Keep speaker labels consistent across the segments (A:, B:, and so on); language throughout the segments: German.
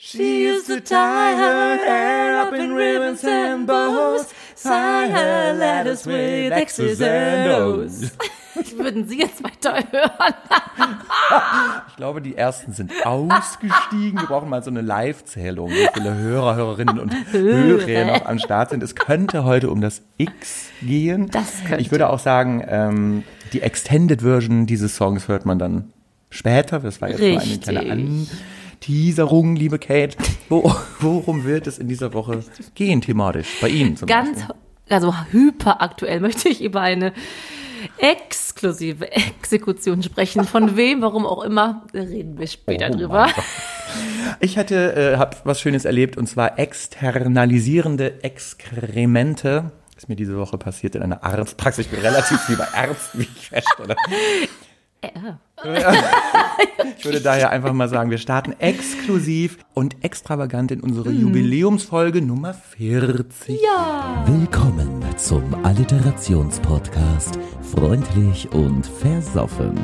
A: She used to tie her hair up in ribbons and bows, tie her letters with X's and O's.
B: Ich würden Sie jetzt weiter hören.
A: Ich glaube, die ersten sind ausgestiegen. Wir brauchen mal so eine Live-Zählung, wie viele Hörer, Hörerinnen und Hörer noch am Start sind. Es könnte heute um das X gehen.
B: Das könnte.
A: Ich würde auch sagen, ähm, die Extended Version dieses Songs hört man dann später. Das war jetzt
B: Richtig.
A: mal eine kleine Anteaserung, liebe Kate. Wo, worum wird es in dieser Woche gehen, thematisch? Bei Ihnen zum
B: Ganz,
A: Beispiel.
B: also hyperaktuell möchte ich über eine exklusive Exekution sprechen. Von wem, warum auch immer, reden wir später
A: Oh
B: drüber.
A: mein Ich hatte, äh, hab was Schönes erlebt und zwar externalisierende Exkremente. Ist mir diese Woche passiert in einer Arztpraxis. Ich bin relativ viel bei Ärzten, wie ich feststelle. Ich würde daher einfach mal sagen, wir starten exklusiv und extravagant in unsere Jubiläumsfolge Nummer 40.
C: Willkommen zum Alliterationspodcast Freundlich und Versoffen.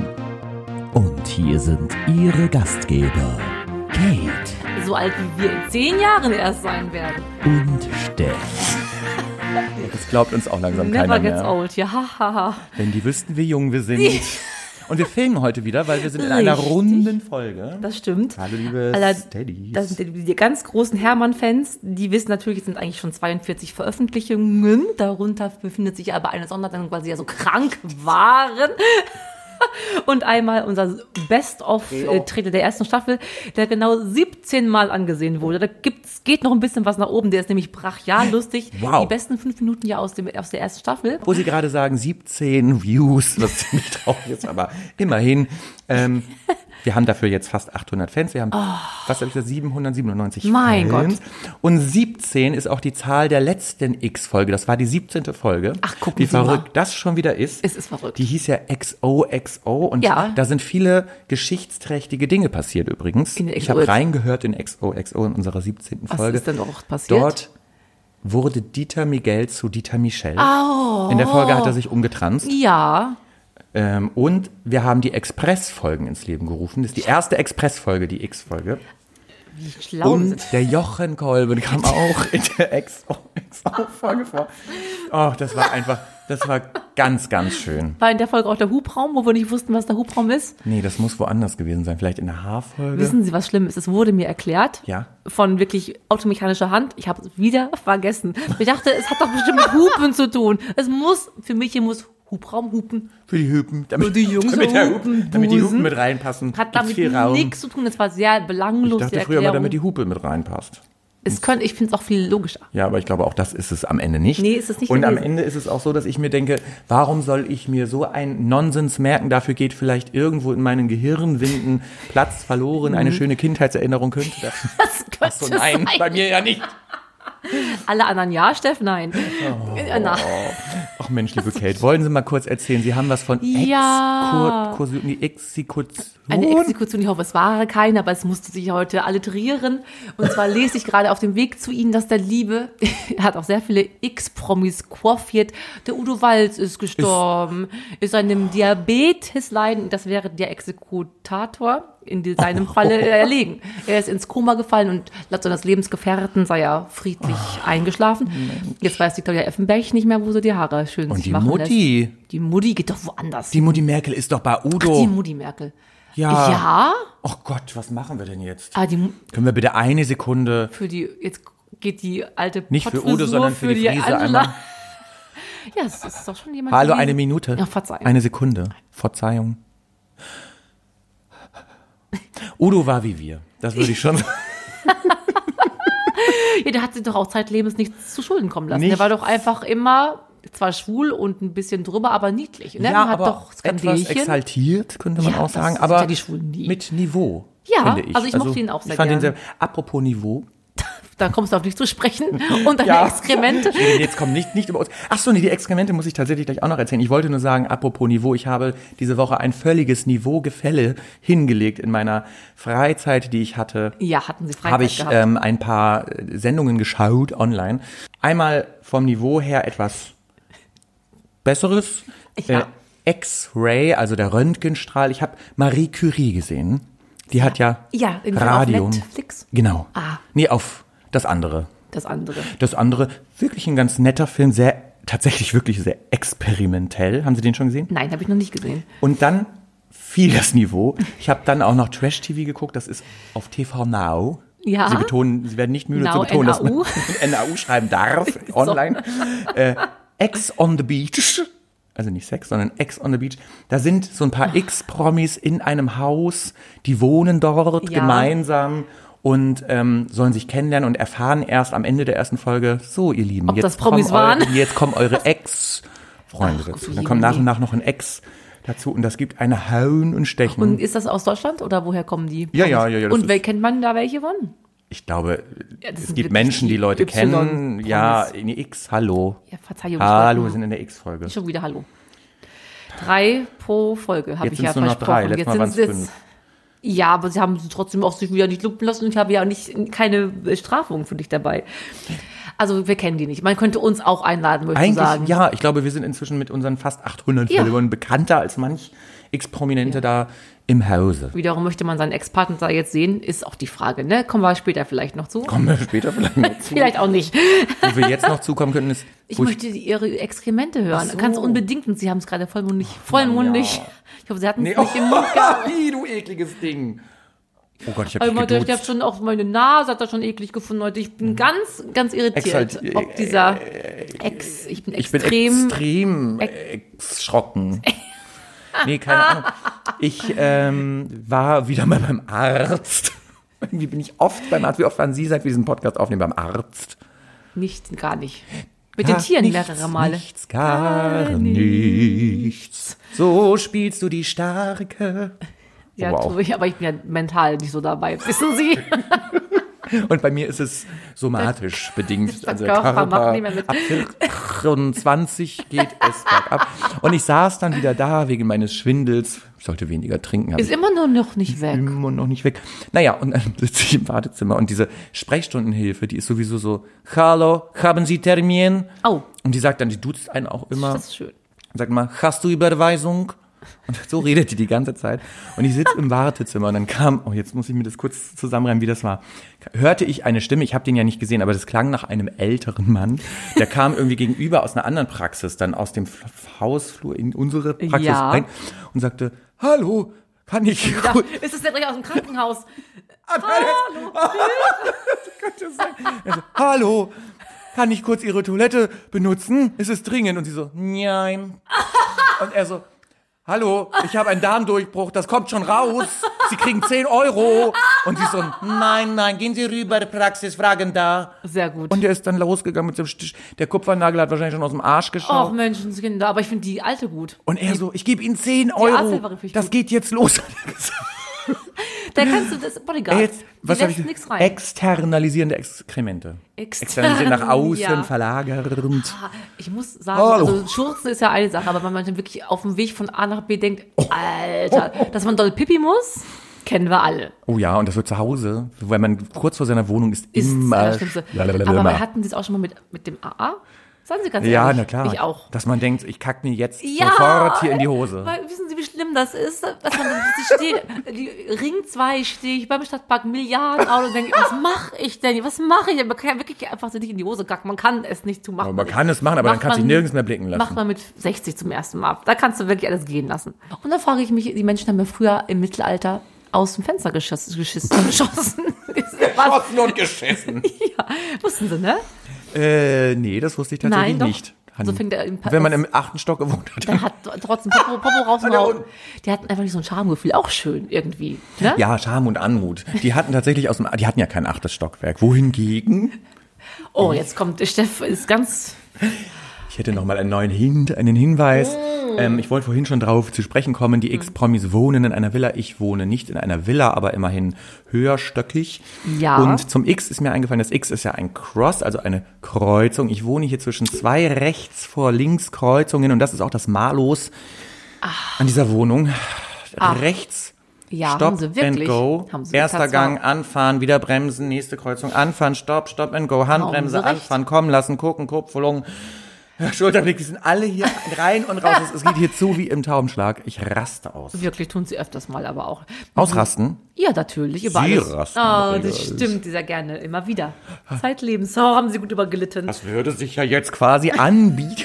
C: Und hier sind Ihre Gastgeber, Kate
B: Äh, So alt wie wir in zehn Jahren erst sein werden.
C: und Steph.
A: Das glaubt uns auch langsam
B: Never
A: keiner
B: gets
A: mehr.
B: old, ja, hahaha.
A: Wenn die wüssten, wie jung wir sind. Und wir filmen heute wieder, weil wir sind in einer
B: Richtig.
A: runden Folge.
B: Das stimmt.
A: Hallo, liebe
B: Aller-
A: Steadies.
B: Das sind die, die ganz großen Hermann-Fans, die wissen natürlich, es sind eigentlich schon 42 Veröffentlichungen. Darunter befindet sich aber eine Sondersendung, weil sie ja so krank waren. Und einmal unser Best-of-Trailer der ersten Staffel, der genau 17 Mal angesehen wurde. Da gibt's, geht noch ein bisschen was nach oben. Der ist nämlich brachial lustig.
A: Wow.
B: Die besten fünf Minuten ja aus, dem, aus der ersten Staffel.
A: wo sie gerade sagen, 17 Views, was ziemlich traurig ist, aber immerhin. Ähm, wir haben dafür jetzt fast 800 Fans. Wir haben, was habe ich gesagt, 797
B: Oh. Mein
A: Fans. Und 17 ist auch die Zahl der letzten X-Folge. Das war die 17. Folge.
B: Ach, gucken
A: Wie
B: Sie mal.
A: verrückt das schon wieder ist.
B: Es ist verrückt.
A: Die hieß ja XOXO und
B: Ja.
A: da sind viele geschichtsträchtige Dinge passiert übrigens.
B: In der
A: ich
B: XO.
A: habe reingehört in XOXO in unserer 17.
B: Was
A: Folge.
B: ist denn auch passiert?
A: Dort wurde Dieter Miguel zu Dieter Michel.
B: Oh.
A: In der Folge hat er sich umgetranst.
B: Ja,
A: Ähm, und wir haben die Express-Folgen ins Leben gerufen. Das ist die erste Express-Folge, die X-Folge.
B: wie schlau
A: Und
B: sind
A: der Jochen Kolben kam auch in der XO-Folge vor. Ach, das war einfach, das war ganz, ganz schön.
B: War in der Folge auch der Hubraum, wo wir nicht wussten, was der Hubraum ist?
A: Nee, das muss woanders gewesen sein. Vielleicht in der H-Folge.
B: Wissen Sie, was schlimm ist? Es wurde mir erklärt.
A: Ja.
B: Von wirklich automechanischer Hand. Ich habe es wieder vergessen. Ich dachte, es hat doch bestimmt mit Hupen zu tun. Es muss, für mich hier muss Hubraum hupen.
A: Für die Hüpen. Damit,
B: Für die Jungs
A: damit, der
B: Hupen,
A: Hupen- damit die
B: Busen.
A: Hupen mit reinpassen.
B: Hat
A: Gibt's
B: damit
A: viel Raum.
B: nichts zu tun. Es war sehr
A: Ich
B: belanglos.
A: dachte
B: die
A: früher mal,
B: Erklärung.
A: damit die Hupe mit reinpasst.
B: es könnte, ich finde es auch viel logischer.
A: Ja, aber ich glaube, auch das ist es am Ende nicht.
B: Nee, ist es nicht
A: Und am
B: gewesen.
A: Ende ist es auch so, dass ich mir denke, warum soll ich mir so einen Nonsens merken? Dafür geht vielleicht irgendwo in meinen Gehirnwinden Platz verloren. Eine schöne Kindheitserinnerung könnte das.
B: Mhm. Das könnte
A: Ach so, nein,
B: sein.
A: bei mir ja nicht.
B: Alle anderen ja, Steff, nein.
A: Oh.
B: Äh, na,
A: Ach Mensch, liebe Kate, wollen Sie mal kurz erzählen? Sie haben was von
B: Ja.
A: Exkursion, die Exekution.
B: eine Exekution, ich hoffe, es war keine, aber es musste sich heute alliterieren. Und zwar lese ich gerade auf dem Weg zu Ihnen, dass der Liebe, er hat auch sehr viele X-Promis quaffiert, der Udo Walz ist gestorben, ist an einem Diabetes leiden, das wäre der Exekutator in die- seinem Falle erlegen. Er ist ins Koma gefallen und laut seines Lebensgefährten sei er friedlich eingeschlafen. Jetzt weiß die Claudia Effenberg nicht mehr, wo sie die Haare schön
A: Und
B: sich
A: die
B: machen
A: Mutti.
B: lässt. Die Mutti geht doch woanders.
A: Die Mutti Merkel ist doch bei Udo.
B: Die Mutti Merkel.
A: Ja.
B: Ja?
A: oh Gott, was machen wir denn jetzt?
B: Ah, die, Mu-
A: Können wir bitte eine Sekunde
B: für die, jetzt geht die alte
A: Nicht für
B: Pottfrisur
A: Udo, sondern für die Frise
B: Angela.
A: einmal.
B: Ja, es ist doch schon jemand.
A: Hallo,
B: gewesen.
A: eine Minute.
B: Ja, Verzeihung.
A: Eine Sekunde. Verzeihung. Udo war wie wir. Das würde ich schon
B: Ne,
A: sagen.
B: Ja, der hat sich doch auch zeitlebens nichts zu Schulden kommen lassen. Der
A: Nichts.
B: war doch einfach immer zwar schwul und ein bisschen drüber, aber niedlich. Ne? Man hat doch
A: etwas
B: Skandelchen.
A: exaltiert, könnte man
B: Ja,
A: auch
B: das
A: sagen.
B: sind
A: Aber
B: ja die Schwulen nie.
A: mit Niveau.
B: Ja,
A: finde ich.
B: also ich mochte ihn auch sehr
A: ich fand Ihn sehr,
B: gern.
A: apropos Niveau.
B: Da kommst du auf dich zu sprechen und deine Exkremente.
A: Nee, Jetzt kommen nicht, nicht über uns. Ach so, nee, die Exkremente muss ich tatsächlich gleich auch noch erzählen. Ich wollte nur sagen, apropos Niveau, ich habe diese Woche ein völliges Niveaugefälle hingelegt in meiner Freizeit, die ich hatte.
B: Ja, hatten sie Freizeit
A: habe ich
B: gehabt.
A: ähm, ein paar äh, Sendungen geschaut online. Einmal vom Niveau her etwas Besseres.
B: Ja.
A: Äh, X-Ray, also der Röntgenstrahl. Ich habe Marie Curie gesehen. Die hat ja,
B: Ja, irgendwie auf
A: Radio.
B: Netflix?
A: Genau.
B: Ah.
A: Nee, auf das andere.
B: das andere.
A: Das andere, wirklich ein ganz netter Film, sehr, tatsächlich wirklich sehr experimentell. Haben Sie den schon gesehen?
B: Nein, habe ich noch nicht gesehen.
A: Und dann fiel das Niveau. Ich habe dann auch noch Trash-TV geguckt, das ist auf TV Now.
B: Ja.
A: Sie betonen, sie werden nicht müde
B: Now,
A: zu betonen, dass
B: NAU.
A: man NAU schreiben darf online. Äh, Ex on the Beach. Also nicht Sex, sondern Ex on the Beach. Da sind so ein
B: Ah.
A: paar Ex-Promis in einem Haus, die wohnen dort
B: Ja.
A: gemeinsam und ähm, sollen sich kennenlernen und erfahren erst am Ende der ersten Folge, so ihr Lieben,
B: Ob das Promis
A: kommen eu-
B: waren?
A: jetzt kommen eure Ex-Freunde
B: Ach,
A: dazu.
B: du
A: Dann kommt
B: Jemini.
A: nach und nach noch ein Ex dazu und das gibt eine Hauen und Stechen.
B: Und ist das aus Deutschland oder woher kommen die?
A: Hm. Ja, ja, ja, ja, das
B: Und wer
A: ist-
B: kennt man da welche von?
A: ich glaube,
B: Ja, das
A: es gibt
B: sind wirklich
A: Menschen, die
B: die
A: Leute kennen.
B: Y-Promis.
A: Ja, in die X, hallo.
B: Ja, Verzeihung. ich
A: hallo,
B: wollte-
A: wir sind in der X-Folge.
B: Schon wieder Hallo. Drei pro Folge habe
A: Jetzt
B: ich
A: sind
B: ja
A: es nur noch
B: versprochen.
A: drei. Letztes Mal waren es
B: sind's jetzt-
A: fünf.
B: Ja, aber sie haben trotzdem auch sich wieder nicht lumpen lassen. Ich habe ja auch nicht, keine Bestrafung für dich dabei. Also wir kennen die nicht. Man könnte uns auch einladen, würde ich
A: Eigentlich,
B: sagen.
A: ja, ich glaube, wir sind inzwischen mit unseren fast 800
B: Ja.
A: Followern bekannter als manch X-Prominente da im Hause.
B: Wiederum möchte man seinen Ex-Partner da jetzt sehen, ist auch die Frage, ne? Kommen wir später vielleicht noch zu?
A: Kommen wir später vielleicht noch zu.
B: Vielleicht auch nicht.
A: Wo wir jetzt noch zukommen könnten, ist,
B: Ich
A: wo
B: möchte die- ihre Exkremente hören.
A: so.
B: Ganz unbedingt. Und Sie haben es gerade vollmundig. Vollmundig.
A: ja.
B: Ich hoffe, Sie hatten es
A: Nee, oh,
B: nicht im Mund.
A: wie, du ekliges Ding. Oh Gott, ich
B: Aber
A: hab dich
B: der, der
A: geduzt.
B: hat schon auch meine Nase hat er schon eklig gefunden heute. Ich bin ganz, ganz irritiert,
A: Exalt-
B: ob dieser Ex, äh, ich bin
A: Ich bin
B: extrem.
A: extrem erschrocken. Nee, keine Ahnung. Ich ähm, war wieder mal beim Arzt. Irgendwie bin ich oft beim Arzt. Wie oft waren Sie, seit wir diesen Podcast aufnehmen, beim Arzt?
B: nicht, gar nicht. Mit
A: Ja,
B: den Tieren
A: nichts,
B: mehrere Male.
A: Nichts, gar nichts. So spielst du die Starke. Oh,
B: ja,
A: wow.
B: tue ich, aber ich bin ja mental nicht so dabei. Wissen Sie?
A: Und bei mir ist es somatisch bedingt.
B: der
A: Also
B: Körper
A: Körper
B: macht nicht mehr mit.
A: ab 24 geht es bergab. Und ich saß dann wieder da wegen meines Schwindels. Ich sollte weniger trinken, habe
B: Ist
A: ich
B: immer nur noch nicht weg.
A: immer noch nicht weg. Naja, und dann sitze ich im Wartezimmer und diese Sprechstundenhilfe, die ist sowieso so, hallo, haben Sie Termin?
B: Oh,
A: Und die sagt dann, die duzt einen auch immer.
B: das ist schön.
A: Sag mal, hast du Überweisung? Und so redet die die ganze Zeit. Und ich sitze im Wartezimmer und dann kam, oh, jetzt muss ich mir das kurz zusammenreimen, wie das war. Hörte ich eine Stimme, ich habe den ja nicht gesehen, aber das klang nach einem älteren Mann. Der kam irgendwie gegenüber aus einer anderen Praxis, dann aus dem F- Hausflur in unsere Praxis
B: Ja.
A: rein und sagte, hallo, kann ich...
B: Ja,
A: kurz-
B: ist es der gleich aus dem Krankenhaus?
A: Also, Hallo, kann ich kurz Ihre Toilette benutzen? Ist es dringend? Und sie so, nein. Und er so, hallo, ich habe einen Darmdurchbruch, das kommt schon raus. Sie kriegen 10 Euro. Und sie so, nein, nein, gehen Sie rüber, Praxis, fragen da.
B: Sehr gut.
A: Und er ist dann losgegangen mit dem Stich. Der Kupfernagel hat wahrscheinlich schon aus dem Arsch
B: Och,
A: geschaut.
B: Menschenskinder, aber ich finde die alte gut.
A: Und er so, ich gebe Ihnen 10
B: Arzthelfer
A: Euro.
B: richtig
A: Das
B: gut.
A: geht jetzt los.
B: Da kannst du das Bodyguard.
A: Jetzt, was
B: die
A: habe ich
B: lässt nichts rein.
A: Externalisierende Exkremente. Externalisieren nach außen,
B: Ja.
A: verlagernd.
B: Ah, Ich muss sagen,
A: Hallo.
B: also Schurzen ist ja eine Sache, aber wenn man dann wirklich auf dem Weg von A nach B denkt, Alter, dass man doll pipi muss, kennen wir alle.
A: Oh ja, und das wird zu Hause, weil man kurz vor seiner Wohnung ist,
B: Ist
A: immer.
B: das Schlimmste.
A: Lalalala.
B: Aber wir hatten das auch schon mal mit, mit dem AA. Sagen Sie ganz
A: ja,
B: ehrlich.
A: na klar.
B: Ich auch.
A: Dass man denkt, ich kack mir jetzt
B: Ja.
A: sofort hier in die Hose.
B: Weil, wissen Sie, wie schlimm das ist? Dass man dann plötzlich steht, die Ring 2 stehe ich beim Stadtpark Milliarden Auto und denke, was mache ich denn? Was mache ich denn? Man kann ja wirklich einfach so nicht in die Hose kacken. Man kann es nicht zu machen.
A: Aber man kann es machen, aber dann
B: Macht
A: kannst du dich
B: man-
A: nirgends mehr blicken
B: Macht
A: lassen.
B: man mit 60 zum ersten Mal. Da kannst du wirklich alles gehen lassen. Und dann frage ich mich, die Menschen haben ja früher im Mittelalter aus dem Fenster geschossen. geschissen, geschossen. Was?
A: Offen und geschissen.
B: Ja, wussten sie, ne?
A: äh, nee, das wusste ich tatsächlich
B: Nein, doch.
A: nicht.
B: So fängt er im Pa-
A: Wenn man im achten Stock gewohnt hat.
B: Dann hat trotzdem Popo, Popo raus und
A: der
B: raus.
A: Hund.
B: Die hatten einfach nicht so ein Schamgefühl. Auch schön irgendwie. Ne?
A: Ja, Scham und Anmut. Die hatten tatsächlich aus dem, die hatten ja kein achtes Stockwerk. Wohingegen?
B: Oh, jetzt kommt Steff, ist ganz.
A: Ich hätte nochmal einen neuen Hin einen Hinweis. Ähm, ich wollte vorhin schon drauf zu sprechen kommen. Die Ex-Promis wohnen in einer Villa. Ich wohne nicht in einer Villa, aber immerhin höherstöckig.
B: Ja.
A: Und zum X ist mir eingefallen, das X ist ja ein Cross, also eine Kreuzung. Ich wohne hier zwischen zwei rechts vor links Kreuzungen und das ist auch das Malos an dieser Wohnung. Rechts.
B: Ja,
A: Stop
B: haben sie
A: and
B: wirklich.
A: go.
B: Haben sie
A: Erster
B: tatsächlich.
A: Gang, anfahren, wieder bremsen, nächste Kreuzung, anfahren, stopp, stop and go, Handbremse,
B: recht.
A: anfahren, kommen lassen, gucken, Kupferung, Schulterblick, die sind alle hier rein und raus. Es geht hier zu wie im Taubenschlag. Ich raste aus.
B: Wirklich tun sie öfters mal, aber auch.
A: Ausrasten?
B: Ja, natürlich. Über
A: Sie
B: alles.
A: rasten
B: oh,
A: über
B: das
A: alles.
B: stimmt, dieser gerne immer wieder. Zeitlebens. Oh, haben sie gut übergelitten.
A: Das würde sich ja jetzt quasi anbieten.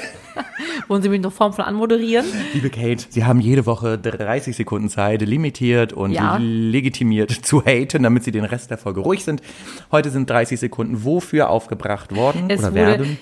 B: Wollen Sie mich noch Form von anmoderieren?
A: Liebe Kate, Sie haben jede Woche 30 Sekunden Zeit, limitiert und
B: Ja.
A: legitimiert zu haten, damit Sie den Rest der Folge ruhig sind. Heute sind 30 Sekunden wofür aufgebracht worden
B: Es
A: oder
B: wurde-
A: werden.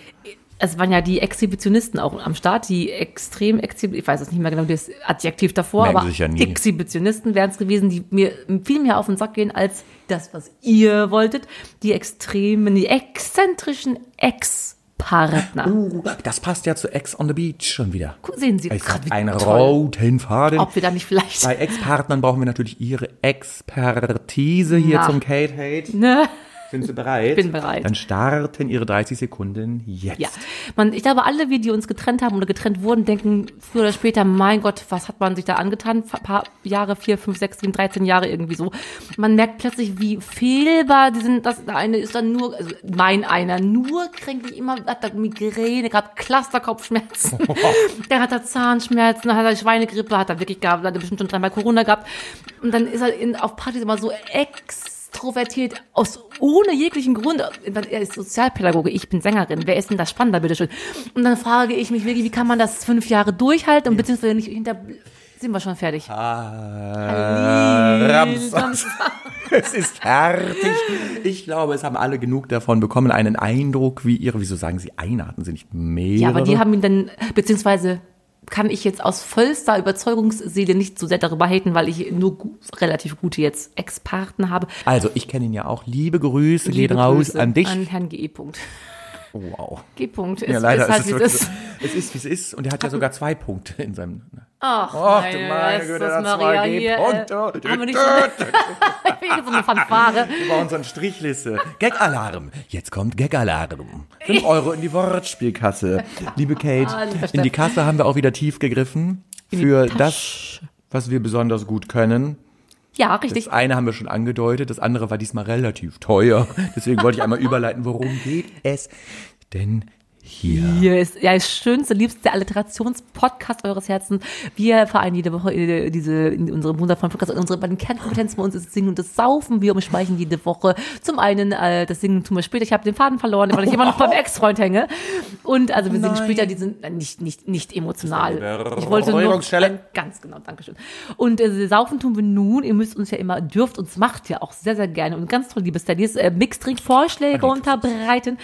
B: Es waren ja die Exhibitionisten auch am Start, die extrem Exhibitionisten, ich weiß es nicht mehr genau das Adjektiv davor,
A: Merken
B: aber
A: Sie sich ja nie.
B: Exhibitionisten wären es gewesen, die mir viel mehr auf den Sack gehen als das, was ihr wolltet. Die extremen, die exzentrischen Ex-Partner.
A: Uh, das passt ja zu Ex on the Beach schon wieder.
B: Guck, Sehen Sie,
A: Es
B: grad,
A: hat
B: wie
A: einen
B: toll.
A: roten Faden.
B: Ob wir da nicht vielleicht.
A: Bei Ex-Partnern brauchen wir natürlich Ihre Expertise hier
B: Na.
A: zum Kate-Hate.
B: Ne?
A: Sind Sie bereit? Ich
B: bin bereit.
A: Dann starten Ihre 30 Sekunden jetzt.
B: Ja, man, ich glaube, alle wir, die uns getrennt haben oder getrennt wurden, denken früher oder später, mein Gott, was hat man sich da angetan? Ein paar Jahre, vier, fünf, sechs, sieben, 13 Jahre irgendwie so. Man merkt plötzlich, wie fehlbar die sind. Das eine ist dann nur, also mein einer, nur kränklich, immer hat er Migräne, gerade Clusterkopfschmerzen. dann hat er Zahnschmerzen, dann hat er Schweinegrippe, hat er wirklich gehabt, dann hat er bestimmt schon dreimal Corona gehabt. Und dann ist er in, auf Partys immer so ex extrovertiert aus ohne jeglichen Grund. Er ist Sozialpädagoge, ich bin Sängerin. Wer ist denn das spannender, bitteschön? Und dann frage ich mich wirklich, wie kann man das fünf Jahre durchhalten und beziehungsweise nicht hinter. Sind wir schon fertig?
A: Ah, Rams. Es ist fertig. Ich glaube, es haben alle genug davon bekommen, einen Eindruck wie ihre. Wieso sagen sie einer? Hatten sie nicht mehrere?
B: Ja, aber die haben ihn dann, beziehungsweise kann ich jetzt aus vollster Überzeugungsseele nicht so sehr darüber haten, weil ich nur gu relativ gute jetzt Ex-Partner habe.
A: also, ich kenne ihn ja auch. Liebe Grüße
B: Liebe
A: gehen raus
B: Grüße
A: an dich.
B: An Herrn G. E. Punkt.
A: wow.
B: G. Punkt.
A: Ja, leider
B: halt,
A: ist
B: wie
A: es
B: es
A: wirklich
B: ist.
A: so. Es ist, wie es ist. Und er hat ja sogar zwei Punkte in seinem.
B: Ach,
A: Ach,
B: meine
A: du meine
B: Jesus,
A: Güte, das
B: Maria,
A: war G.
B: hier, äh,
A: Punkte.
B: haben wir nicht so Ich will jetzt so eine Fanfare.
A: Über unsere Strichliste. Gag-Alarm. Jetzt kommt Gag-Alarm. 5 Euro in die Wortspielkasse. Liebe Kate,
B: Lieber
A: in
B: Steffen.
A: die Kasse haben wir auch wieder tief gegriffen. Für das, was wir besonders gut können.
B: Ja,
A: Das
B: richtig.
A: eine haben wir schon angedeutet, das andere war diesmal relativ teuer. Deswegen wollte ich einmal überleiten, worum geht es denn hier?
B: Hier ist ja das schönste, liebste Alliterationspodcast eures Herzens. Wir vereinen jede Woche äh, diese in unserem wundervollen Podcast unsere beiden Kernkompetenzen bei uns ist das Singen und das Saufen. Wir umschmeichen jede Woche zum einen äh, das Singen tun wir später. Ich habe den Faden verloren, weil ich immer noch beim Ex-Freund hänge. Und also wir singen
A: Nein.
B: später, die sind äh, nicht nicht nicht emotional.
A: eine
B: Ich wollte nur
A: Berührungsstelle.
B: ganz genau, Dankeschön. Und äh, saufen tun wir nun. Ihr müsst uns ja immer dürft uns macht ja auch sehr sehr gerne und ganz toll, liebe Steadies, äh, Mixdrink Vorschläge
A: Ah, nee,
B: unterbreiten,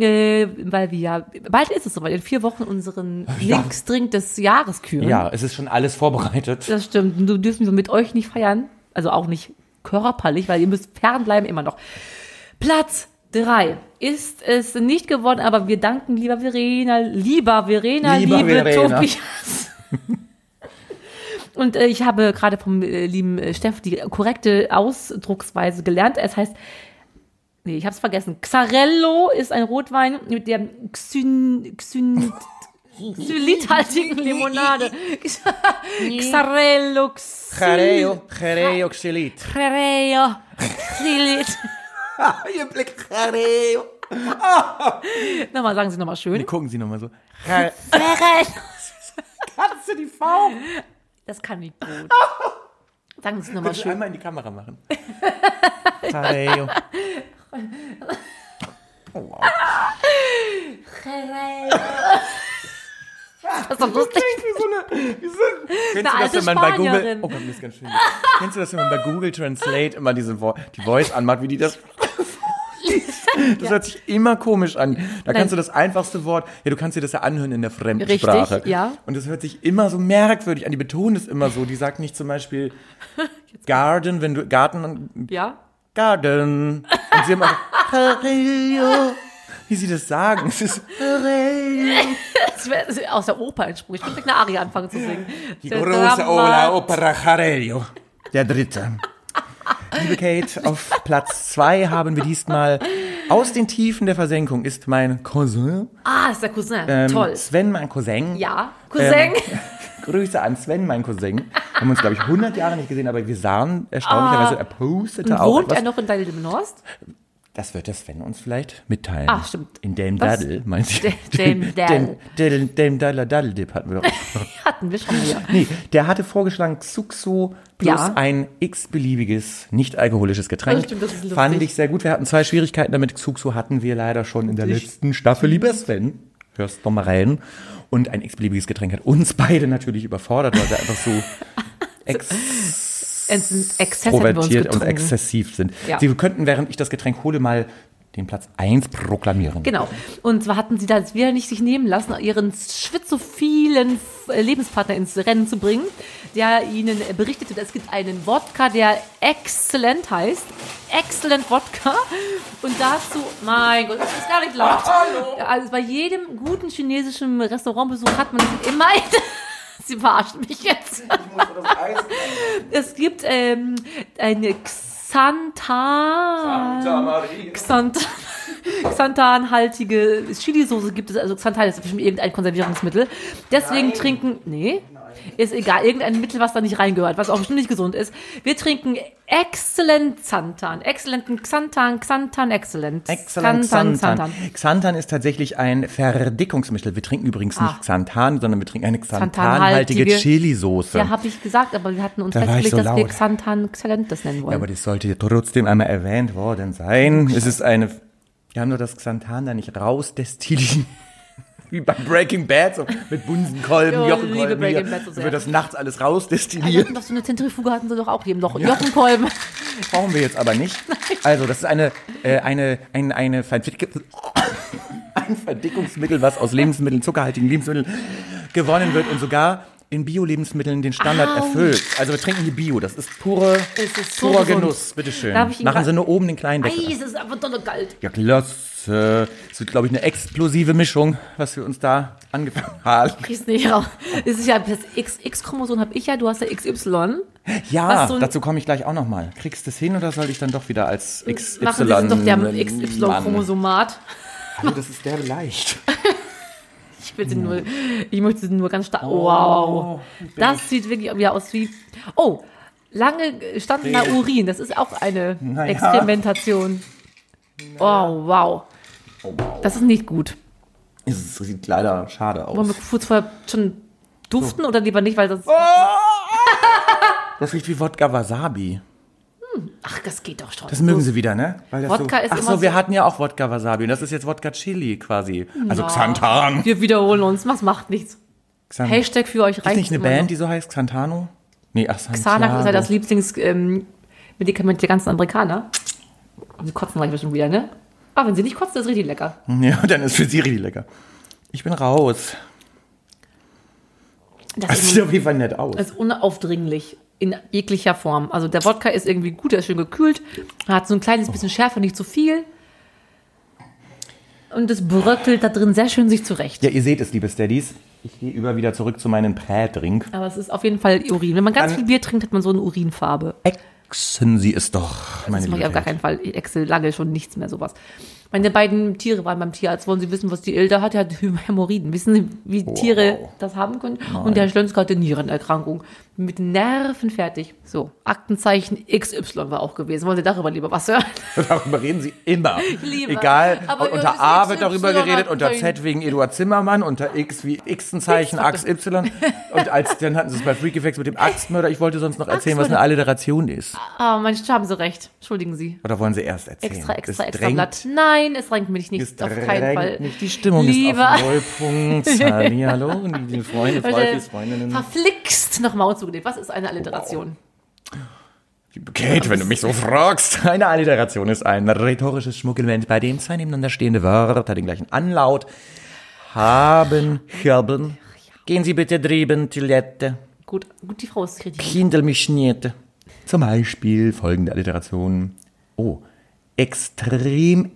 B: äh, weil wir ja, bald ist es soweit, in vier Wochen unseren Mixdrink des Jahres küren.
A: Ja, es ist schon alles vorbereitet.
B: Das stimmt. Du dürfen wir mit euch nicht feiern. Also auch nicht körperlich, weil ihr müsst fernbleiben immer noch. Platz drei ist es nicht geworden, aber wir danken lieber Verena, lieber Verena,
A: Lieber
B: liebe
A: Verena.
B: Tobias. Und äh, ich habe gerade vom äh, lieben äh, Steff die korrekte Ausdrucksweise gelernt. Es heißt, nee, ich habe es vergessen. Xarello ist ein Rotwein mit der Xyn, Xyn, xylithaltigen Limonade. Xarello, Xyl-
A: Chereo, Chereo, Xylit.
B: Xarello, Xylit.
A: Ihr Blick, Chereo.
B: Nochmal, sagen Sie nochmal schön.
A: Gucken Sie nochmal so.
B: Kannst du die Form? Das kann ich gut. Sagen Sie es nochmal
A: Kannst du
B: schön.
A: einmal in die Kamera machen? Chereo. Oh, wow.
B: Das ist doch lustig.
A: wie so eine. Wie so, kennst du
B: alte
A: das, wenn man bei Google.
B: Spanierin.
A: Oh Gott, mir ist ganz schön. kennst du das, wenn man bei Google Translate immer diese Vo die Voice anmacht, wie die das. Das hört sich immer komisch an. Da kannst du das einfachste Wort, ja, du kannst dir das ja anhören in der Fremdsprache.
B: Richtig, ja.
A: Und das hört sich immer so merkwürdig an. Die betonen es immer so. Die sagt nicht zum Beispiel Garden, wenn du Garten
B: Ja?
A: Garden. Und sie haben auch Herreo. Wie sie das sagen. Es ist Herreo.
B: Das wäre aus der Oper entsprungen. Ich könnte gleich eine Arie anfangen zu singen.
A: Die große Ola Opera Herreo. Der dritte. Liebe Kate, auf Platz zwei haben wir diesmal aus den Tiefen der Versenkung ist mein Cousin.
B: Ah, ist der Cousin.
A: ähm,
B: Toll.
A: Sven, mein Cousin.
B: Ja, Cousin.
A: Grüße an Sven, mein Cousin. Wir haben uns, glaube ich, 100 Jahre nicht gesehen, aber wir sahen erstaunlicherweise, er postete auch
B: Ah. Wohnt
A: etwas.
B: er noch in Deildemenhorst?
A: Das wird der Sven uns vielleicht mitteilen.
B: Ach, Ah, stimmt.
A: In Dame
B: Das-
A: Daddle, meinst du?
B: Dame Daddle.
A: Dame, Dame Daddler Daddle Dip hatten wir doch.
B: Hatten wir schon hier.
A: Nee, der hatte vorgeschlagen Xuxo plus
B: Ja.
A: ein x-beliebiges, nicht-alkoholisches Getränk.
B: Das stimmt, das ist lustig.
A: Fand ich sehr gut. Wir hatten zwei Schwierigkeiten damit. Xuxo hatten wir leider schon in der letzten Staffel. Lieber Sven, hörst doch mal rein. Und ein x-beliebiges Getränk hat uns beide natürlich überfordert, weil wir einfach so ex
B: Ent- Exzess hätten äh, wir uns
A: extrovertiert und
B: getrunken.
A: exzessiv sind.
B: Ja.
A: Sie könnten, während ich das Getränk hole, mal den Platz 1 proklamieren.
B: Genau. Und zwar hatten sie das wieder nicht sich nehmen lassen, ihren schwitzophilen äh, Lebenspartner ins Rennen zu bringen, der ihnen äh, berichtete, es gibt einen Wodka, der exzellent heißt. Excellent Wodka. Und dazu, mein Gott, das ist gar nicht laut. Ja, Also bei jedem guten chinesischen Restaurantbesuch hat man das immer. Sie verarschen mich jetzt. Es gibt ähm, eine Xanthan. Xant Xanthanhaltige Chili-Soße gibt es, also Xanthan ist bestimmt irgendein Konservierungsmittel. Deswegen trinken, nee, ist egal, irgendein Mittel, was da nicht reingehört, was auch bestimmt nicht gesund ist. Wir trinken Excellent Xanthan, Excellenten Xanthan, Xanthan Excellent.
A: Excellent
B: Xanthan,
A: Xanthan. Xanthan ist tatsächlich ein Verdickungsmittel. Wir trinken übrigens nicht
B: Ah.
A: Xanthan, sondern wir trinken eine
B: Xanthanhaltige-
A: xanthanhaltige Chili-Soße.
B: Ja, habe ich gesagt, aber wir hatten uns
A: Da war ich
B: festgelegt,
A: so
B: dass wir
A: laut.
B: Xanthan Excellent das nennen
A: Ja,
B: wollen.
A: aber das sollte trotzdem einmal erwähnt worden sein. Es ist eine. Wir haben nur das Xanthan da nicht rausdestilliert. Wie bei Breaking Bad, so mit Bunsenkolben,
B: Jo, liebe
A: Jochenkolben.
B: Breaking
A: hier.
B: Bad so sehr.
A: wird das nachts alles
B: Wir
A: rausdestilliert.
B: hatten doch so eine Zentrifuge hatten sie doch auch hier im Loch. Jochenkolben.
A: Brauchen wir jetzt aber nicht. Also, das ist eine, äh, eine, ein, eine Verdick ein Verdickungsmittel, was aus Lebensmitteln, zuckerhaltigen Lebensmitteln gewonnen wird und sogar in Bio-Lebensmitteln den Standard erfüllt. Also wir trinken hier Bio, das ist pure,
B: Es ist so
A: purer
B: gesund.
A: Genuss. Bitteschön.
B: Darf ich Ihnen
A: Machen
B: was-
A: Sie nur oben den kleinen
B: Ei,
A: Deckel.
B: es ist aber dolle kalt.
A: Ja, klasse. Es wird, glaube ich, eine explosive Mischung, was wir uns da angefangen haben.
B: kriegst nicht raus. Es ist ja das XX-Chromosom habe ich ja, du hast ja XY.
A: Ja,
B: Was so ein-
A: dazu komme ich gleich auch nochmal. Kriegst du es hin oder soll ich dann doch wieder als XY?
B: Machen Sie es doch der
A: Mann?
B: XY-Chromosomat.
A: Oh, das ist der leicht.
B: Ich will sie
A: Hm.
B: nur, ich möchte sie nur ganz stark.
A: Oh,
B: wow. Das sieht wirklich wieder aus wie. Oh, lange gestandener
A: Nee.
B: Urin. Das ist auch eine
A: Naja.
B: Experimentation. Oh, wow.
A: Oh,
B: Das ist nicht gut.
A: Es sieht leider schade aus.
B: Wollen wir kurz vorher schon duften oder lieber nicht, weil das.
A: Oh! Das riecht wie Wodka Wasabi.
B: Ach, das geht doch schon.
A: Das mögen sie wieder, ne? Weil das
B: Wodka
A: so,
B: ist
A: Ach
B: immer
A: so, wir
B: so-
A: hatten ja auch Wodka Wasabi und das ist jetzt Wodka Chili quasi. Also Xanthan.
B: Wir wiederholen uns. Was macht nichts.
A: Xan
B: Hashtag für euch
A: Ähm, ist
B: reicht.
A: nicht eine Band, die so heißt? Xantano? Nee, ach, Santiago.
B: Xanax ist ja das Lieblingsmedikament ähm, Medikament der ganzen Amerikaner. Und die kotzen gleich bestimmt wieder, ne? Aber wenn sie nicht kotzen, ist richtig lecker.
A: Ja, dann ist für sie richtig lecker. Ich bin raus.
B: Das
A: Das
B: ist,
A: sieht auf jeden Fall nett aus.
B: das ist unaufdringlich in jeglicher Form. Also der Wodka ist irgendwie gut, der ist schön gekühlt, hat so ein
A: Oh.
B: kleines bisschen Schärfe, nicht zu viel. Und es bröckelt da drin sehr schön sich zurecht.
A: Ja, ihr seht es, liebe Steadies. Ich gehe über wieder zurück zu meinem Prä-Drink.
B: Aber es ist auf jeden Fall Urin. Wenn man ganz
A: Dann-
B: viel Bier trinkt, hat man so eine Urinfarbe.
A: Exen Sie es doch, meine
B: Das mache ich auf
A: liebe
B: gar keinen Fall. Ich Excel lange schon nichts mehr sowas. Meine beiden Tiere waren beim Tierarzt. Wollen Sie wissen, was die Ilda hat? Die hat Hämorrhoiden. Wissen Sie, wie Tiere das haben können? Und der Schlönsker hatte Nierenerkrankung. Mit Nerven fertig. So, Aktenzeichen XY war auch gewesen. Wollen Sie darüber lieber was hören?
A: Darüber reden sie immer.
B: Lieber.
A: Egal,
B: Aber
A: ob
B: wir
A: unter
B: müssen
A: A
B: XY
A: wird darüber geredet, unter
B: abdrehen.
A: Z wegen Eduard Zimmermann, unter X wie Xenzeichen, Axt Y. Und als dann hatten sie es bei Freak Effects mit dem Axtmörder. Ich wollte sonst noch erzählen, was eine Alliteration ist.
B: Ah, manche haben Sie recht. Entschuldigen Sie.
A: Oder wollen sie erst erzählen?
B: Extra, extra,
A: Es
B: extra
A: drängt-
B: Blatt. Nein, es drängt mich
A: Es
B: nicht. Auf
A: drängt
B: keinen Fall.
A: Nicht. Die Stimmung
B: Lieber-
A: ist auf Nullpunkt. Hallihallo, liebe Freunde, Freunde, Freundinnen.
B: Verflixt nochmal zugelegt. Was ist eine Alliteration?
A: Liebe Kate, wenn du mich so fragst. Eine Alliteration ist ein rhetorisches Schmuckelement, bei dem zwei nebeneinander stehende Wörter den gleichen Anlaut haben, haben. Gehen Sie bitte drüben, Toilette.
B: Gut, gut, die Frau ist kritisch.
A: Kindel mich schnierte. Zum Beispiel folgende Alliteration. Oh. Extrem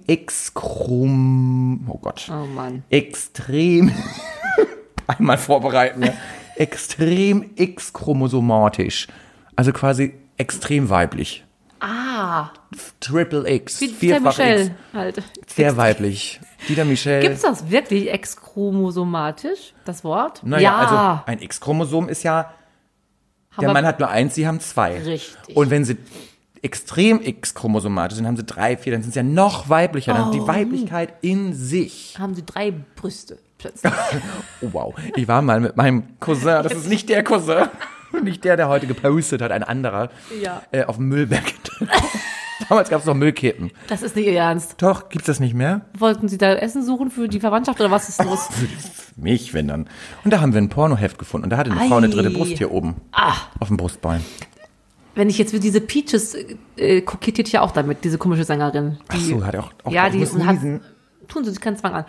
A: exkrum. Oh Gott.
B: Oh Mann.
A: Extrem. Einmal vorbereiten. Ja. Extrem x-chromosomatisch. Also quasi extrem weiblich.
B: Ah,
A: Triple X.
B: wie der
A: Vierfach X.
B: Michelle halt.
A: Sehr weiblich. Dieter Michel.
B: Gibt's das wirklich exchromosomatisch, das Wort?
A: Naja, also ein X-Chromosom ist ja,
B: haben
A: der
B: wir-
A: Mann hat nur eins, sie haben zwei.
B: Richtig.
A: Und wenn sie extrem X-chromosomatisch sind, haben sie drei, vier, dann sind sie ja noch weiblicher. Dann haben
B: Oh.
A: die Weiblichkeit in sich.
B: Haben sie drei Brüste plötzlich.
A: Oh, wow. Ich war mal mit meinem Cousin, das ist nicht der Cousin, nicht der, der heute gepostet hat, ein anderer,
B: Ja.
A: äh, auf dem Müllberg. Damals gab es noch Müllkippen.
B: Das ist nicht ihr Ernst.
A: Doch, gibt's das nicht mehr?
B: Wollten sie da Essen suchen für die Verwandtschaft oder was ist los?
A: Mich, wenn dann. Und da haben wir ein Pornoheft gefunden und da hatte eine Frau eine dritte
B: Ei.
A: Brust hier oben.
B: Ah.
A: Auf dem Brustbein.
B: Wenn ich jetzt diese Peaches äh, äh, kokettiert ja auch damit, diese komische Sängerin. Die,
A: Ach so, hat er auch- auch-
B: ja,
A: ich
B: die halt
A: muss
B: und hat,
A: niesen.
B: tun sie sich keinen Zwang an.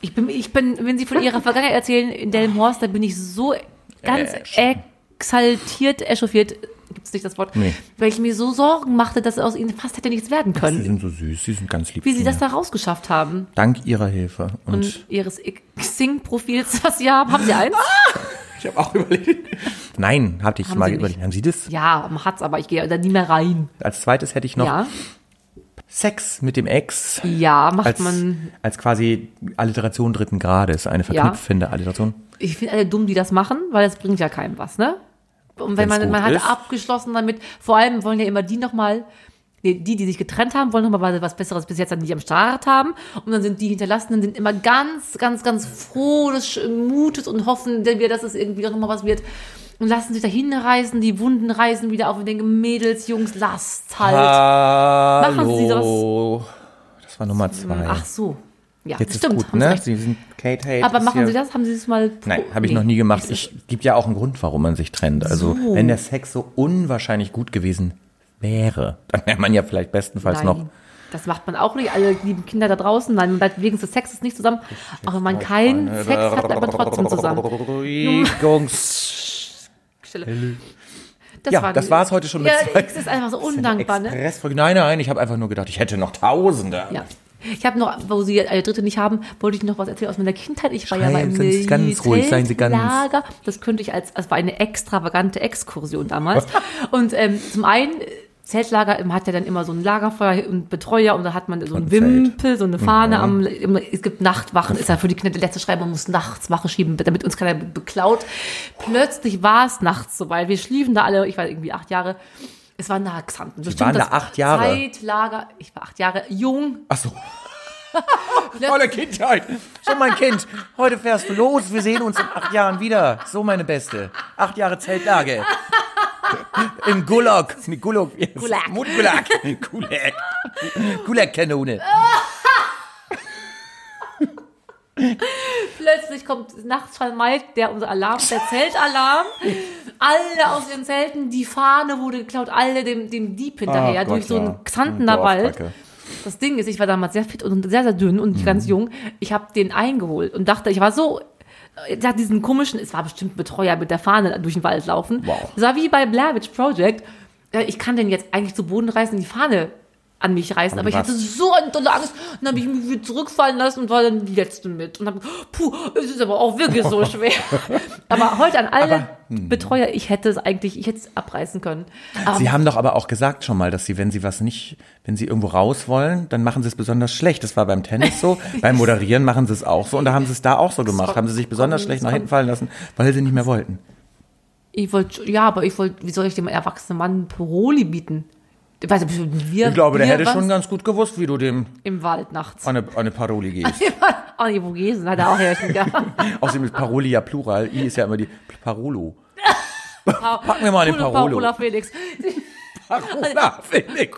B: Ich bin, ich bin, wenn sie von ihrer Vergangenheit erzählen in Delmhorst, da bin ich so ganz
A: Äsch.
B: exaltiert, echauffiert, gibt's nicht das Wort,
A: Nee.
B: weil ich mir so Sorgen machte, dass aus ihnen fast hätte nichts werden
A: Sie
B: können.
A: sind so süß, sie sind ganz lieb.
B: Wie
A: zu
B: sie das
A: mir.
B: da rausgeschafft haben.
A: Dank ihrer Hilfe. Und,
B: Und ihres Xing-Profils, was sie haben. Haben sie eins?
A: Ah! ich habe auch überlegt. Nein, hatte ich
B: Haben
A: mal
B: Sie nicht.
A: überlegt. Haben Sie das?
B: Ja, man hat's, aber ich gehe da nie mehr rein.
A: Als zweites hätte ich noch
B: Ja,
A: Sex mit dem Ex.
B: ja macht
A: Als,
B: man.
A: als quasi Alliteration dritten Grades, eine verknüpfende Alliteration.
B: Ich finde alle dumm, die das machen, weil das bringt ja keinem was, ne? Und wenn
A: Wenn's
B: man, man
A: gut
B: hat
A: ist.
B: abgeschlossen damit, vor allem wollen ja immer die nochmal, nee, die, die sich getrennt haben, wollen nochmal was Besseres bis jetzt dann nicht am Start haben. Und dann sind die Hinterlassenen sind immer ganz, ganz, ganz froh des Sch- Mutes und hoffen, dass wir- dass es irgendwie auch nochmal was wird. Und lassen sich dahin reißen, die Wunden reißen wieder auf und denken, Mädels, Jungs, lasst halt.
A: Hallo. Das war Nummer zwei.
B: Ach so. Ja,
A: Jetzt
B: stimmt.
A: ist gut,
B: haben Sie
A: ne?
B: recht.
A: Sie sind Kate Hate.
B: Aber
A: ist
B: machen
A: hier-
B: Sie das? Haben Sie das mal?
A: Nein,
B: pro-
A: habe ich
B: Oh, nee.
A: noch nie gemacht. Ich gibt ja auch einen Grund, warum man sich trennt. Also
B: So.
A: wenn der Sex so unwahrscheinlich gut gewesen wäre, dann wäre man ja vielleicht bestenfalls noch.
B: Das macht man auch nicht, alle lieben Kinder da draußen. Nein, man bleibt wegen des Sexes nicht zusammen. Auch wenn man keinen Sex hat, bleibt man trotzdem zusammen.
A: Beruhigungs.
B: Das
A: Ja, das war's heute schon mit
B: ja,
A: zwei-
B: Sex ist einfach so undankbar, ne?
A: Expressfolge. Nein, nein, ich habe einfach nur gedacht, ich hätte noch Tausende.
B: Ja. Ich habe noch, wo sie alle Dritte nicht haben, wollte ich noch was erzählen aus meiner Kindheit. Ich war ja mal im
A: Seien Sie ganz ruhig, seien Sie ganz-
B: Lager. Das könnte ich als, das war eine extravagante Exkursion damals. und ähm, zum einen, äh, Zeltlager man hat ja dann immer so ein Lagerfeuer und Betreuer und da hat man so
A: ein
B: ein
A: Zelt. Mhm.
B: Wimpel, so eine Fahne. Am, immer- es gibt Nachtwachen, ist ja für die Kinder der letzte Schreiben, man muss nachts Wache schieben, damit uns keiner be- beklaut. Plötzlich war es nachts soweit. Wir schliefen da alle, ich war irgendwie acht Jahre. Es war Naxanten. Sie
A: waren da acht Jahre?
B: Zeltlager, ich war acht Jahre jung,
A: Ach so. Volle Kindheit. So, mein Kind, heute fährst du los. Wir sehen uns in acht Jahren wieder. So, meine Beste. Acht Jahre Zeltlage. Im Gulag. Nee, Gulag.
B: Gulag.
A: Mundgulag. Gulag. Gulag-Kanone.
B: Plötzlich kommt nachts von Mike, der unser Alarm, der Zeltalarm. Alle aus ihren Zelten, die Fahne wurde geklaut, alle dem, dem Dieb
A: Ach
B: hinterher,
A: Ah, Gott,
B: durch so einen
A: ja. Hm,
B: Xantener Wald.
A: Dorfbacke.
B: Das Ding ist, ich war damals sehr fit und sehr, sehr dünn und ganz
A: Mhm.
B: jung. Ich habe den eingeholt und dachte, ich war so, ich hatte diesen komischen, es war bestimmt ein Betreuer mit der Fahne durch den Wald laufen.
A: Wow.
B: Das war wie bei Blavich Project. Ja, Ich kann den jetzt eigentlich zu Boden reißen, die Fahne an mich reißen, aber ich
A: was?
B: hatte so eine tolle Angst. Und dann habe ich mich wieder zurückfallen lassen und war dann die Letzte mit. Und habe puh, es ist aber auch wirklich so schwer. aber heute an alle Betreuer, ich hätte es eigentlich, ich hätte es abreißen können. Aber
A: hm. Sie haben doch aber auch gesagt schon mal, dass Sie, wenn Sie was nicht, wenn Sie irgendwo raus wollen, dann machen Sie es besonders schlecht. Das war beim Tennis so, beim Moderieren machen Sie es auch so und da haben Sie es da auch so gemacht. Haben Sie sich besonders schlecht nach hinten fallen lassen, weil Sie nicht mehr wollten.
B: ich wollte, ja, aber ich wollte, wie soll ich dem erwachsenen Mann Paroli bieten? Ich, weiß, nicht, wir,
A: Ich glaube, der
B: wir
A: hätte
B: was
A: schon Ah. ganz gut gewusst, wie du dem
B: im Wald nachts.
A: eine, eine Paroli gibst.
B: Oh, die Vogesen hat er auch helfen gehabt.
A: Außerdem ist Paroli ja Plural. I ist ja immer die Parolo. Packen wir mal den
B: Bruno
A: Parolo.
B: Parola Felix.
A: Parola Felix.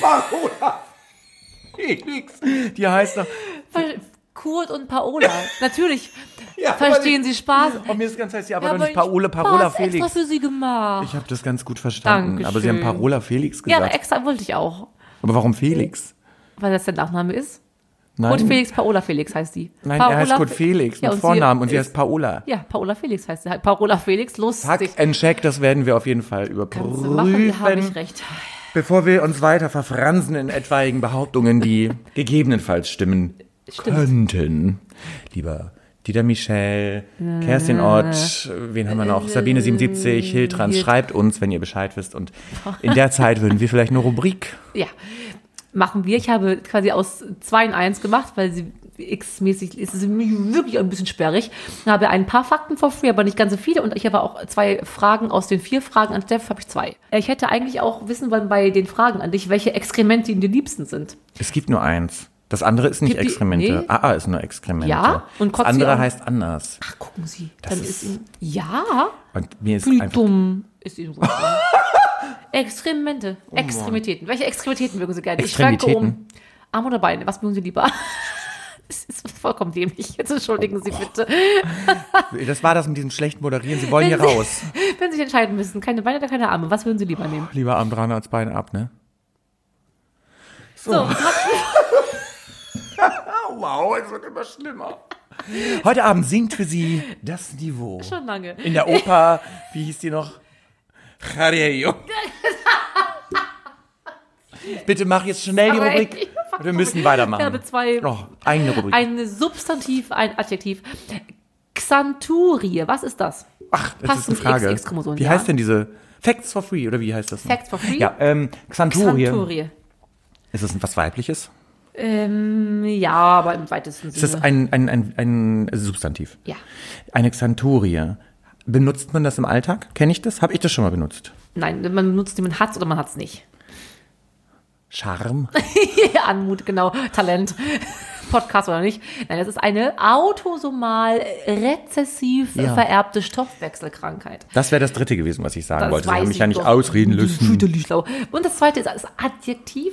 A: Parola Felix. Die heißt doch.
B: Kurt und Paola, natürlich.
A: Ja,
B: Verstehen Sie Spaß?
A: Und oh, mir ist ganz heiß, ja, aber
B: Ja,
A: doch nicht
B: ich-
A: Paola, Parola
B: Spaß extra
A: Felix.
B: für Sie gemacht.
A: Ich habe das ganz gut verstanden.
B: Dankeschön.
A: Aber Sie haben Parola Felix
B: Ja, äh,
A: gesagt.
B: aber extra wollte ich auch,
A: aber warum Felix?
B: weil das der Nachname ist.
A: Nein,
B: Kurt Felix, Paola Felix heißt die.
A: nein
B: Paola
A: er heißt Kurt
B: Fe-
A: Felix
B: Ja,
A: mit
B: und
A: Vornamen und sie
B: ist-
A: heißt Paola.
B: Ja, Paola Felix heißt sie. Paola Felix, lustig.
A: Hack and check, das werden wir auf jeden Fall
B: Kannst du machen, da habe
A: überprüfen.
B: ich recht.
A: Bevor wir uns weiter verfransen in etwaigen Behauptungen, die gegebenenfalls stimmen
B: Stimmt.
A: könnten. Lieber Dieter Michel, Kerstin Ott, wen haben wir noch? Sabine 77, Hiltrans, schreibt uns, wenn ihr Bescheid wisst. Und in der Zeit würden wir vielleicht eine Rubrik.
B: Ja. machen wir. Ich habe quasi aus zwei in eins gemacht, weil sie X-mäßig ist es mir wirklich ein bisschen sperrig. Ich habe ein paar Fakten for free, aber nicht ganz so viele. Und ich habe auch zwei Fragen aus den vier Fragen an Steph, habe ich zwei. Äh, Ich hätte eigentlich auch wissen wollen bei den Fragen an dich, welche Exkremente ihm die liebsten sind.
A: Es gibt nur eins. Das andere ist nicht
B: Gibt die-
A: Exkremente.
B: nee.
A: AA ist nur Exkremente.
B: Ja, und
A: das
B: Kotzi
A: andere
B: auch.
A: heißt anders.
B: Ach, gucken Sie.
A: Das
B: dann
A: ist-
B: ist ihm, ja,
A: Und mir ist
B: du
A: einfach
B: dumm. Ist ihm gut. Exkremente. Extremitäten. Welche Extremitäten mögen Sie gerne? Ich schwanke um.
A: Oh Extremitäten?
B: Arm oder Beine? Was mögen Sie lieber? Es ist vollkommen dämlich. Jetzt entschuldigen Sie bitte.
A: Das war das mit diesem schlechten Moderieren. Sie wollen hier raus.
B: Wenn Sie sich entscheiden müssen, keine Beine oder keine Arme, was würden Sie lieber nehmen?
A: Lieber Arm dran als Bein ab, ne?
B: So, Fakten-
A: Wow, es wird immer schlimmer. Heute Abend singt für Sie das Niveau.
B: schon lange.
A: In der Oper, wie hieß die noch? Jarejo. Bitte mach jetzt schnell die
B: Aber echt,
A: Rubrik.
B: fuck,
A: Wir müssen weitermachen.
B: Ich habe zwei,
A: Oh, eigene Rubrik.
B: ein Substantiv, ein Adjektiv. Xanturie, was ist das?
A: Ach, das ist
B: passend
A: eine Frage.
B: XX-Chromosom,
A: wie
B: ja.
A: heißt denn diese? Facts for free, oder wie heißt das?
B: Facts for free?
A: Ja, ähm, Xanturie.
B: Xanturie.
A: Ist das was Weibliches?
B: Ähm, ja, aber im weitesten
A: Ist das
B: Sinne.
A: ein, ein, ein, ein Substantiv?
B: Ja,
A: Eine Xanturie. Benutzt man das im Alltag? Kenne ich das? Habe ich das schon mal benutzt?
B: nein, man benutzt den, man hat's oder man hat's nicht.
A: Charme?
B: Anmut, genau, Talent, Podcast oder nicht. Nein, das ist eine autosomal rezessiv
A: Ja.
B: vererbte Stoffwechselkrankheit.
A: Das wäre das dritte gewesen, was ich sagen
B: Das
A: wollte. Sie haben
B: weiß
A: mich ja
B: ich
A: nicht
B: doch.
A: ausreden
B: Du
A: lassen.
B: schütterlich schlau. Und das zweite ist das Adjektiv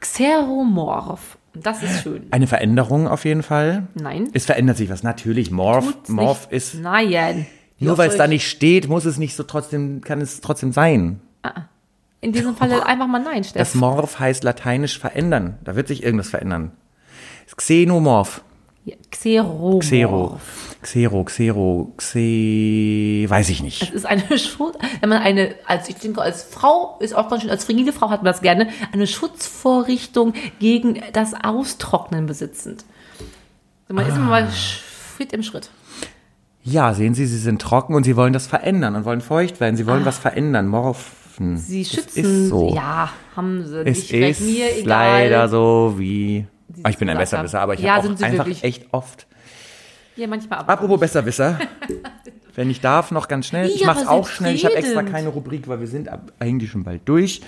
B: xeromorph. Und Das ist schön.
A: Eine Veränderung auf jeden Fall.
B: Nein.
A: Es verändert sich was. Natürlich, Morph,
B: Tut's
A: Morph ist.
B: nicht. Nein.
A: Nur weil es
B: Soll
A: da
B: ich-
A: nicht steht, muss es nicht so trotzdem, kann es trotzdem sein.
B: In diesem Falle einfach mal Nein,
A: Das
B: Steff.
A: Morph heißt lateinisch verändern. Da wird sich irgendwas verändern. Xenomorph.
B: Ja, Xeromorph.
A: Xero. Xero, Xero, Xe. Weiß ich
B: Das
A: nicht.
B: ist eine Schutz, wenn man eine, als ich denke, als Frau ist auch ganz schön, als frigide Frau hat man das gerne, eine Schutzvorrichtung gegen das Austrocknen besitzend. Also man ist immer
A: Ah.
B: mal Schritt im Schritt.
A: Ja, sehen Sie, Sie sind trocken und Sie wollen das verändern und wollen feucht werden. Sie wollen was verändern. Morphen.
B: Ah. Sie schützen,
A: Es ist so.
B: ja, haben sie
A: Es
B: nicht recht.
A: ist
B: mir egal.
A: leider so wie. Ah, ich bin ein
B: gesagt
A: Besserwisser,
B: haben.
A: aber ich
B: Ja,
A: habe
B: sind
A: auch
B: Sie
A: einfach
B: wirklich.
A: echt oft.
B: Ja, manchmal ab.
A: Apropos Besserwisser. Wenn ich darf, noch ganz schnell. ich
B: Ja,
A: mache es
B: aber
A: auch schnell. Ich habe extra
B: selbstredend.
A: keine Rubrik, weil wir sind ab- eigentlich schon bald durch.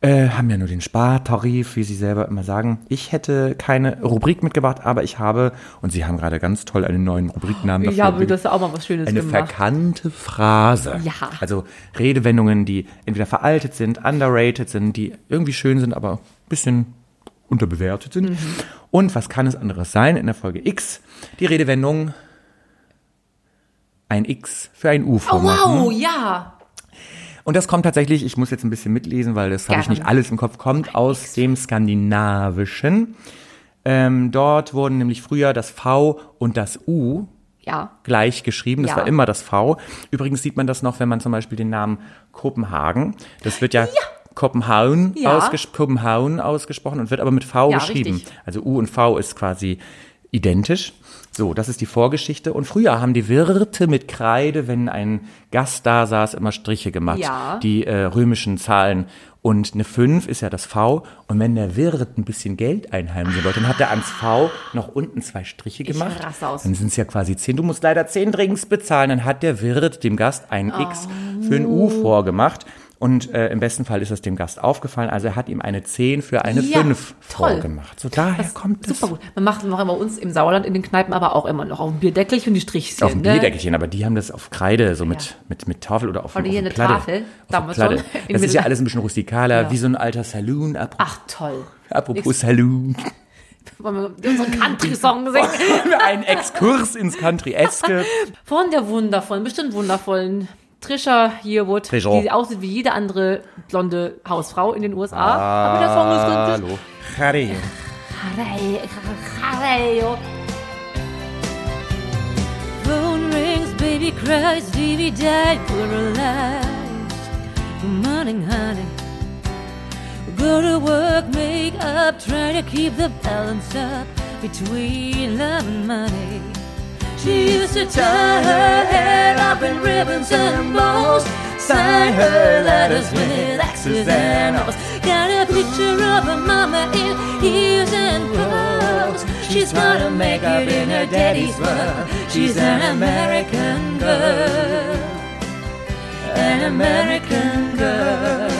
A: Äh, haben ja nur den Spartarif, wie Sie selber immer sagen. Ich hätte keine Rubrik mitgebracht, aber ich habe, und Sie haben gerade ganz toll einen neuen Rubriknamen
B: ich
A: dafür.
B: habe
A: bin-
B: das auch mal was Schönes
A: eine
B: gemacht.
A: verkannte Phrase.
B: Ja.
A: Also Redewendungen, die entweder veraltet sind, underrated sind, die irgendwie schön sind, aber ein bisschen unterbewertet
B: Mhm.
A: sind. Und was kann es anderes sein in der Folge X? Die Redewendung ein X für ein U
B: Oh,
A: vormachen.
B: wow, ja.
A: Und das kommt tatsächlich, ich muss jetzt ein bisschen mitlesen, weil das habe ich
B: Gerne.
A: nicht alles im Kopf, kommt aus dem Skandinavischen. Ähm, dort wurden nämlich früher das V und das U
B: Ja.
A: gleich geschrieben. Das
B: Ja.
A: war immer das V. Übrigens sieht man das noch, wenn man zum Beispiel den Namen Kopenhagen, das wird ja, Kopenhagen,
B: Ja.
A: Ausges Kopenhagen ausgesprochen und wird aber mit V
B: Ja,
A: geschrieben.
B: richtig.
A: Also U und V ist quasi identisch. So, das ist die Vorgeschichte. Und früher haben die Wirte mit Kreide, wenn ein Gast da saß, immer Striche gemacht.
B: Ja.
A: Die äh, römischen Zahlen. Und eine 5 ist ja das V. Und wenn der Wirt ein bisschen Geld einheimsen wollte, dann hat er ans V noch unten zwei Striche gemacht.
B: raste aus.
A: Dann sind es ja quasi 10. Du musst leider 10 Drinks bezahlen. Dann hat der Wirt dem Gast ein X
B: Oh,
A: für ein U vorgemacht. Und äh, im besten Fall ist das dem Gast aufgefallen. Also er hat ihm eine 10 für eine
B: Ja,
A: 5
B: toll.
A: vorgemacht. So daher kommt das.
B: Super gut. Man macht, machen wir uns im Sauerland in den Kneipen aber auch immer noch auf dem Bierdeckelchen die Strichchen.
A: Auf dem
B: ne?
A: Bierdeckelchen, aber die haben das auf Kreide, so mit,
B: Ja.
A: mit, mit Tafel oder auf,
B: Oder
A: auf
B: hier
A: dem
B: eine
A: Platte.
B: Tafel,
A: auf dem
B: damals
A: Platte.
B: schon, im
A: Das ist ja
B: Mittelalter.
A: alles ein bisschen rustikaler,
B: Ja.
A: wie so ein alter Saloon. Apro-
B: Ach toll.
A: Apropos Saloon.
B: Wollen wir unseren Country-Song singen?
A: ein Exkurs ins Country-Eske.
B: Von der wundervollen, bestimmt wundervollen Trisha Yearwood,
A: Trisha.
B: die aussieht wie jede andere blonde Hausfrau in den USA.
A: Ah,
B: Hab ich das Song drin?
A: Harry.
D: Phone rings, baby cries, baby died, paralyzed. Morning, honey. Go to work, make up, try to keep the balance up between love and money. She used to tie her head up in ribbons and bows. Inside her letters with X's and O's. Got a picture of her mama in heels and pearls. She's got her makeup in her daddy's world. She's an American girl. An American girl.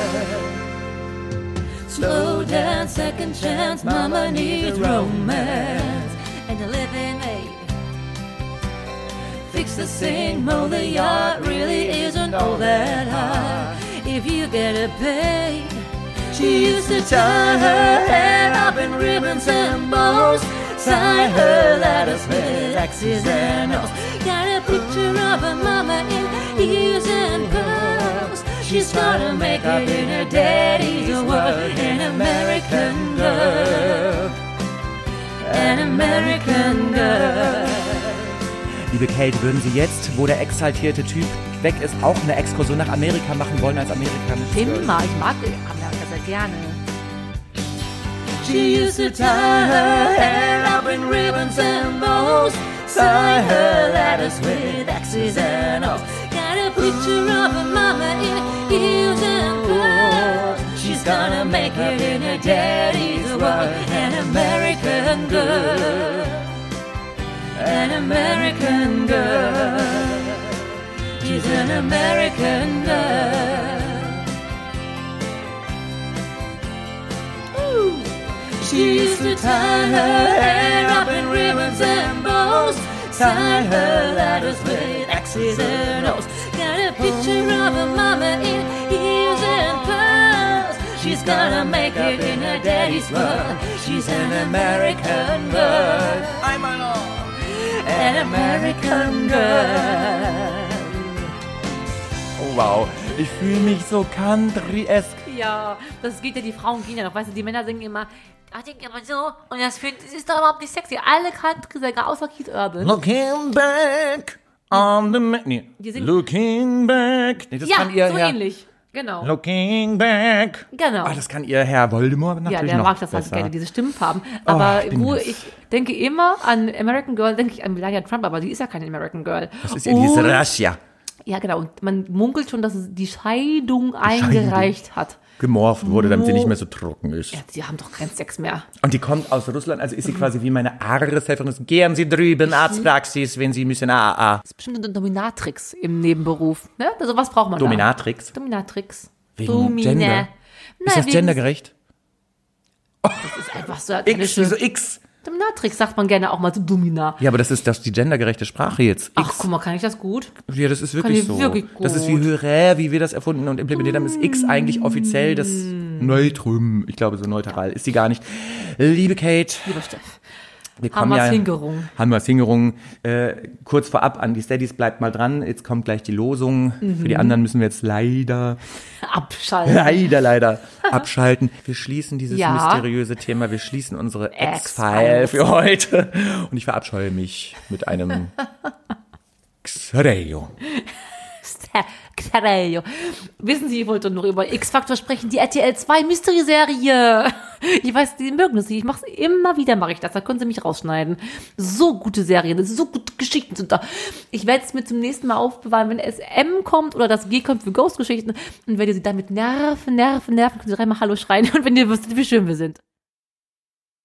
D: Slow down, second chance. Mama needs romance and a living aid fix the sink, mow the yard really isn't all that hard. If you get a pay, she used to tie her hair up in ribbons and bows, sign her letters with X's and O's. Got a picture of her mama in heels and pearls. She's gonna make it in her daddy's world, an American girl, an American girl.
A: Liebe Kate, würden Sie jetzt, wo der exaltierte Typ weg ist, auch eine Exkursion nach Amerika machen wollen als amerikanische
B: Immer, ich mag Amerika sehr gerne.
D: She used to tie her hair up in ribbons and bows, sign her letters with X's and O's. Got a picture of her mama in heels and gloves. She's gonna make it in her daddy's world, an American girl, an American girl. She's an American girl. She used to tie her hair up in ribbons and bows, sign her letters with X's and O's. Got a picture of her mama in heels and pearls. She's gonna make it in her daddy's world. She's an American girl. I'm an American girl.
A: Oh wow, ich fühle mich so country-esque.
B: Ja, das geht ja, die Frauen gehen ja noch. Weißt du, die Männer singen immer, "Ah, ich denke immer so, und das, find, das ist doch überhaupt nicht sexy. Alle Country-Sänger außer Keith Urban.
A: Looking back on the... Ma nee.
B: Die singen-
A: Looking back... Nee, das
B: ja,
A: kann ihr
B: so
A: Herr,
B: ähnlich. Genau.
A: Looking back...
B: genau.
A: Ah, das kann ihr Herr Voldemort natürlich
B: ja, der
A: noch
B: mag das halt
A: besser. Oh,
B: gerne, diese Stimmenfarben. Aber
A: ich bin
B: wo
A: das.
B: ich denke immer an American Girl, denke ich an Melania Trump, aber die ist ja keine American Girl.
A: Das ist ja diese
B: Und-
A: Russia.
B: Ja, genau. Und man munkelt schon, dass sie die Scheidung eingereicht hat.
A: Gemorft wurde, damit sie
B: Mo-
A: nicht mehr so trocken ist.
B: Sie haben doch keinen Sex mehr.
A: Und die kommt aus Russland, also ist sie quasi wie meine Arzthelferin. Gehen Sie drüben, Arztpraxis, wenn Sie müssen. ah, AA.
B: Das ist bestimmt eine Dominatrix im Nebenberuf. Ne? Also was braucht man da?
A: Dominatrix.
B: Dominatrix.
A: Wegen Gender.
B: Na,
A: Ist das
B: wegen-
A: gendergerecht?
B: Das ist einfach so. eine
A: X, wieso
B: schöne-
A: X?
B: Dominatrix sagt man gerne auch mal zu Domina.
A: Ja, aber das ist das ist die gendergerechte Sprache jetzt. X.
B: Ach, guck mal, kann ich das gut?
A: ja, das ist
B: kann
A: wirklich
B: ich
A: so.
B: wirklich
A: das ist wie
B: gut.
A: Hurä, wie wir das erfunden und implementiert haben, ist X eigentlich offiziell das
B: Mm.
A: Neutrum. Ich glaube, so neutral ist sie gar nicht. Liebe Kate,
B: Lieber Steff.
A: wir
B: Haben
A: kommen
B: wir's
A: ja...
B: hingerungen.
A: Haben wir Hingerungen. Äh, kurz vorab an die Steadies, bleibt mal dran. Jetzt kommt gleich die Losung.
B: Mhm.
A: Für die anderen müssen wir jetzt leider...
B: Abschalten.
A: leider, leider abschalten. Wir schließen dieses
B: Ja.
A: mysteriöse Thema. Wir schließen unsere X-File
B: X-Files.
A: für heute. Und ich verabscheue mich mit einem Xereo.
B: Ste- Xerelio. Wissen Sie, ich wollte nur über X-Faktor sprechen, die RTL 2 Mystery-Serie. Ich weiß, die mögen das nicht. Ich mache es immer wieder, mache ich das. Da können Sie mich rausschneiden. So gute Serien, so gute Geschichten sind da. Ich werde es mir zum nächsten Mal aufbewahren, wenn SM kommt oder das G kommt für Ghost-Geschichten und werde Sie damit nerven, nerven, nerven. Können Sie dreimal Hallo schreien und wenn ihr wüsstet, wie schön wir sind.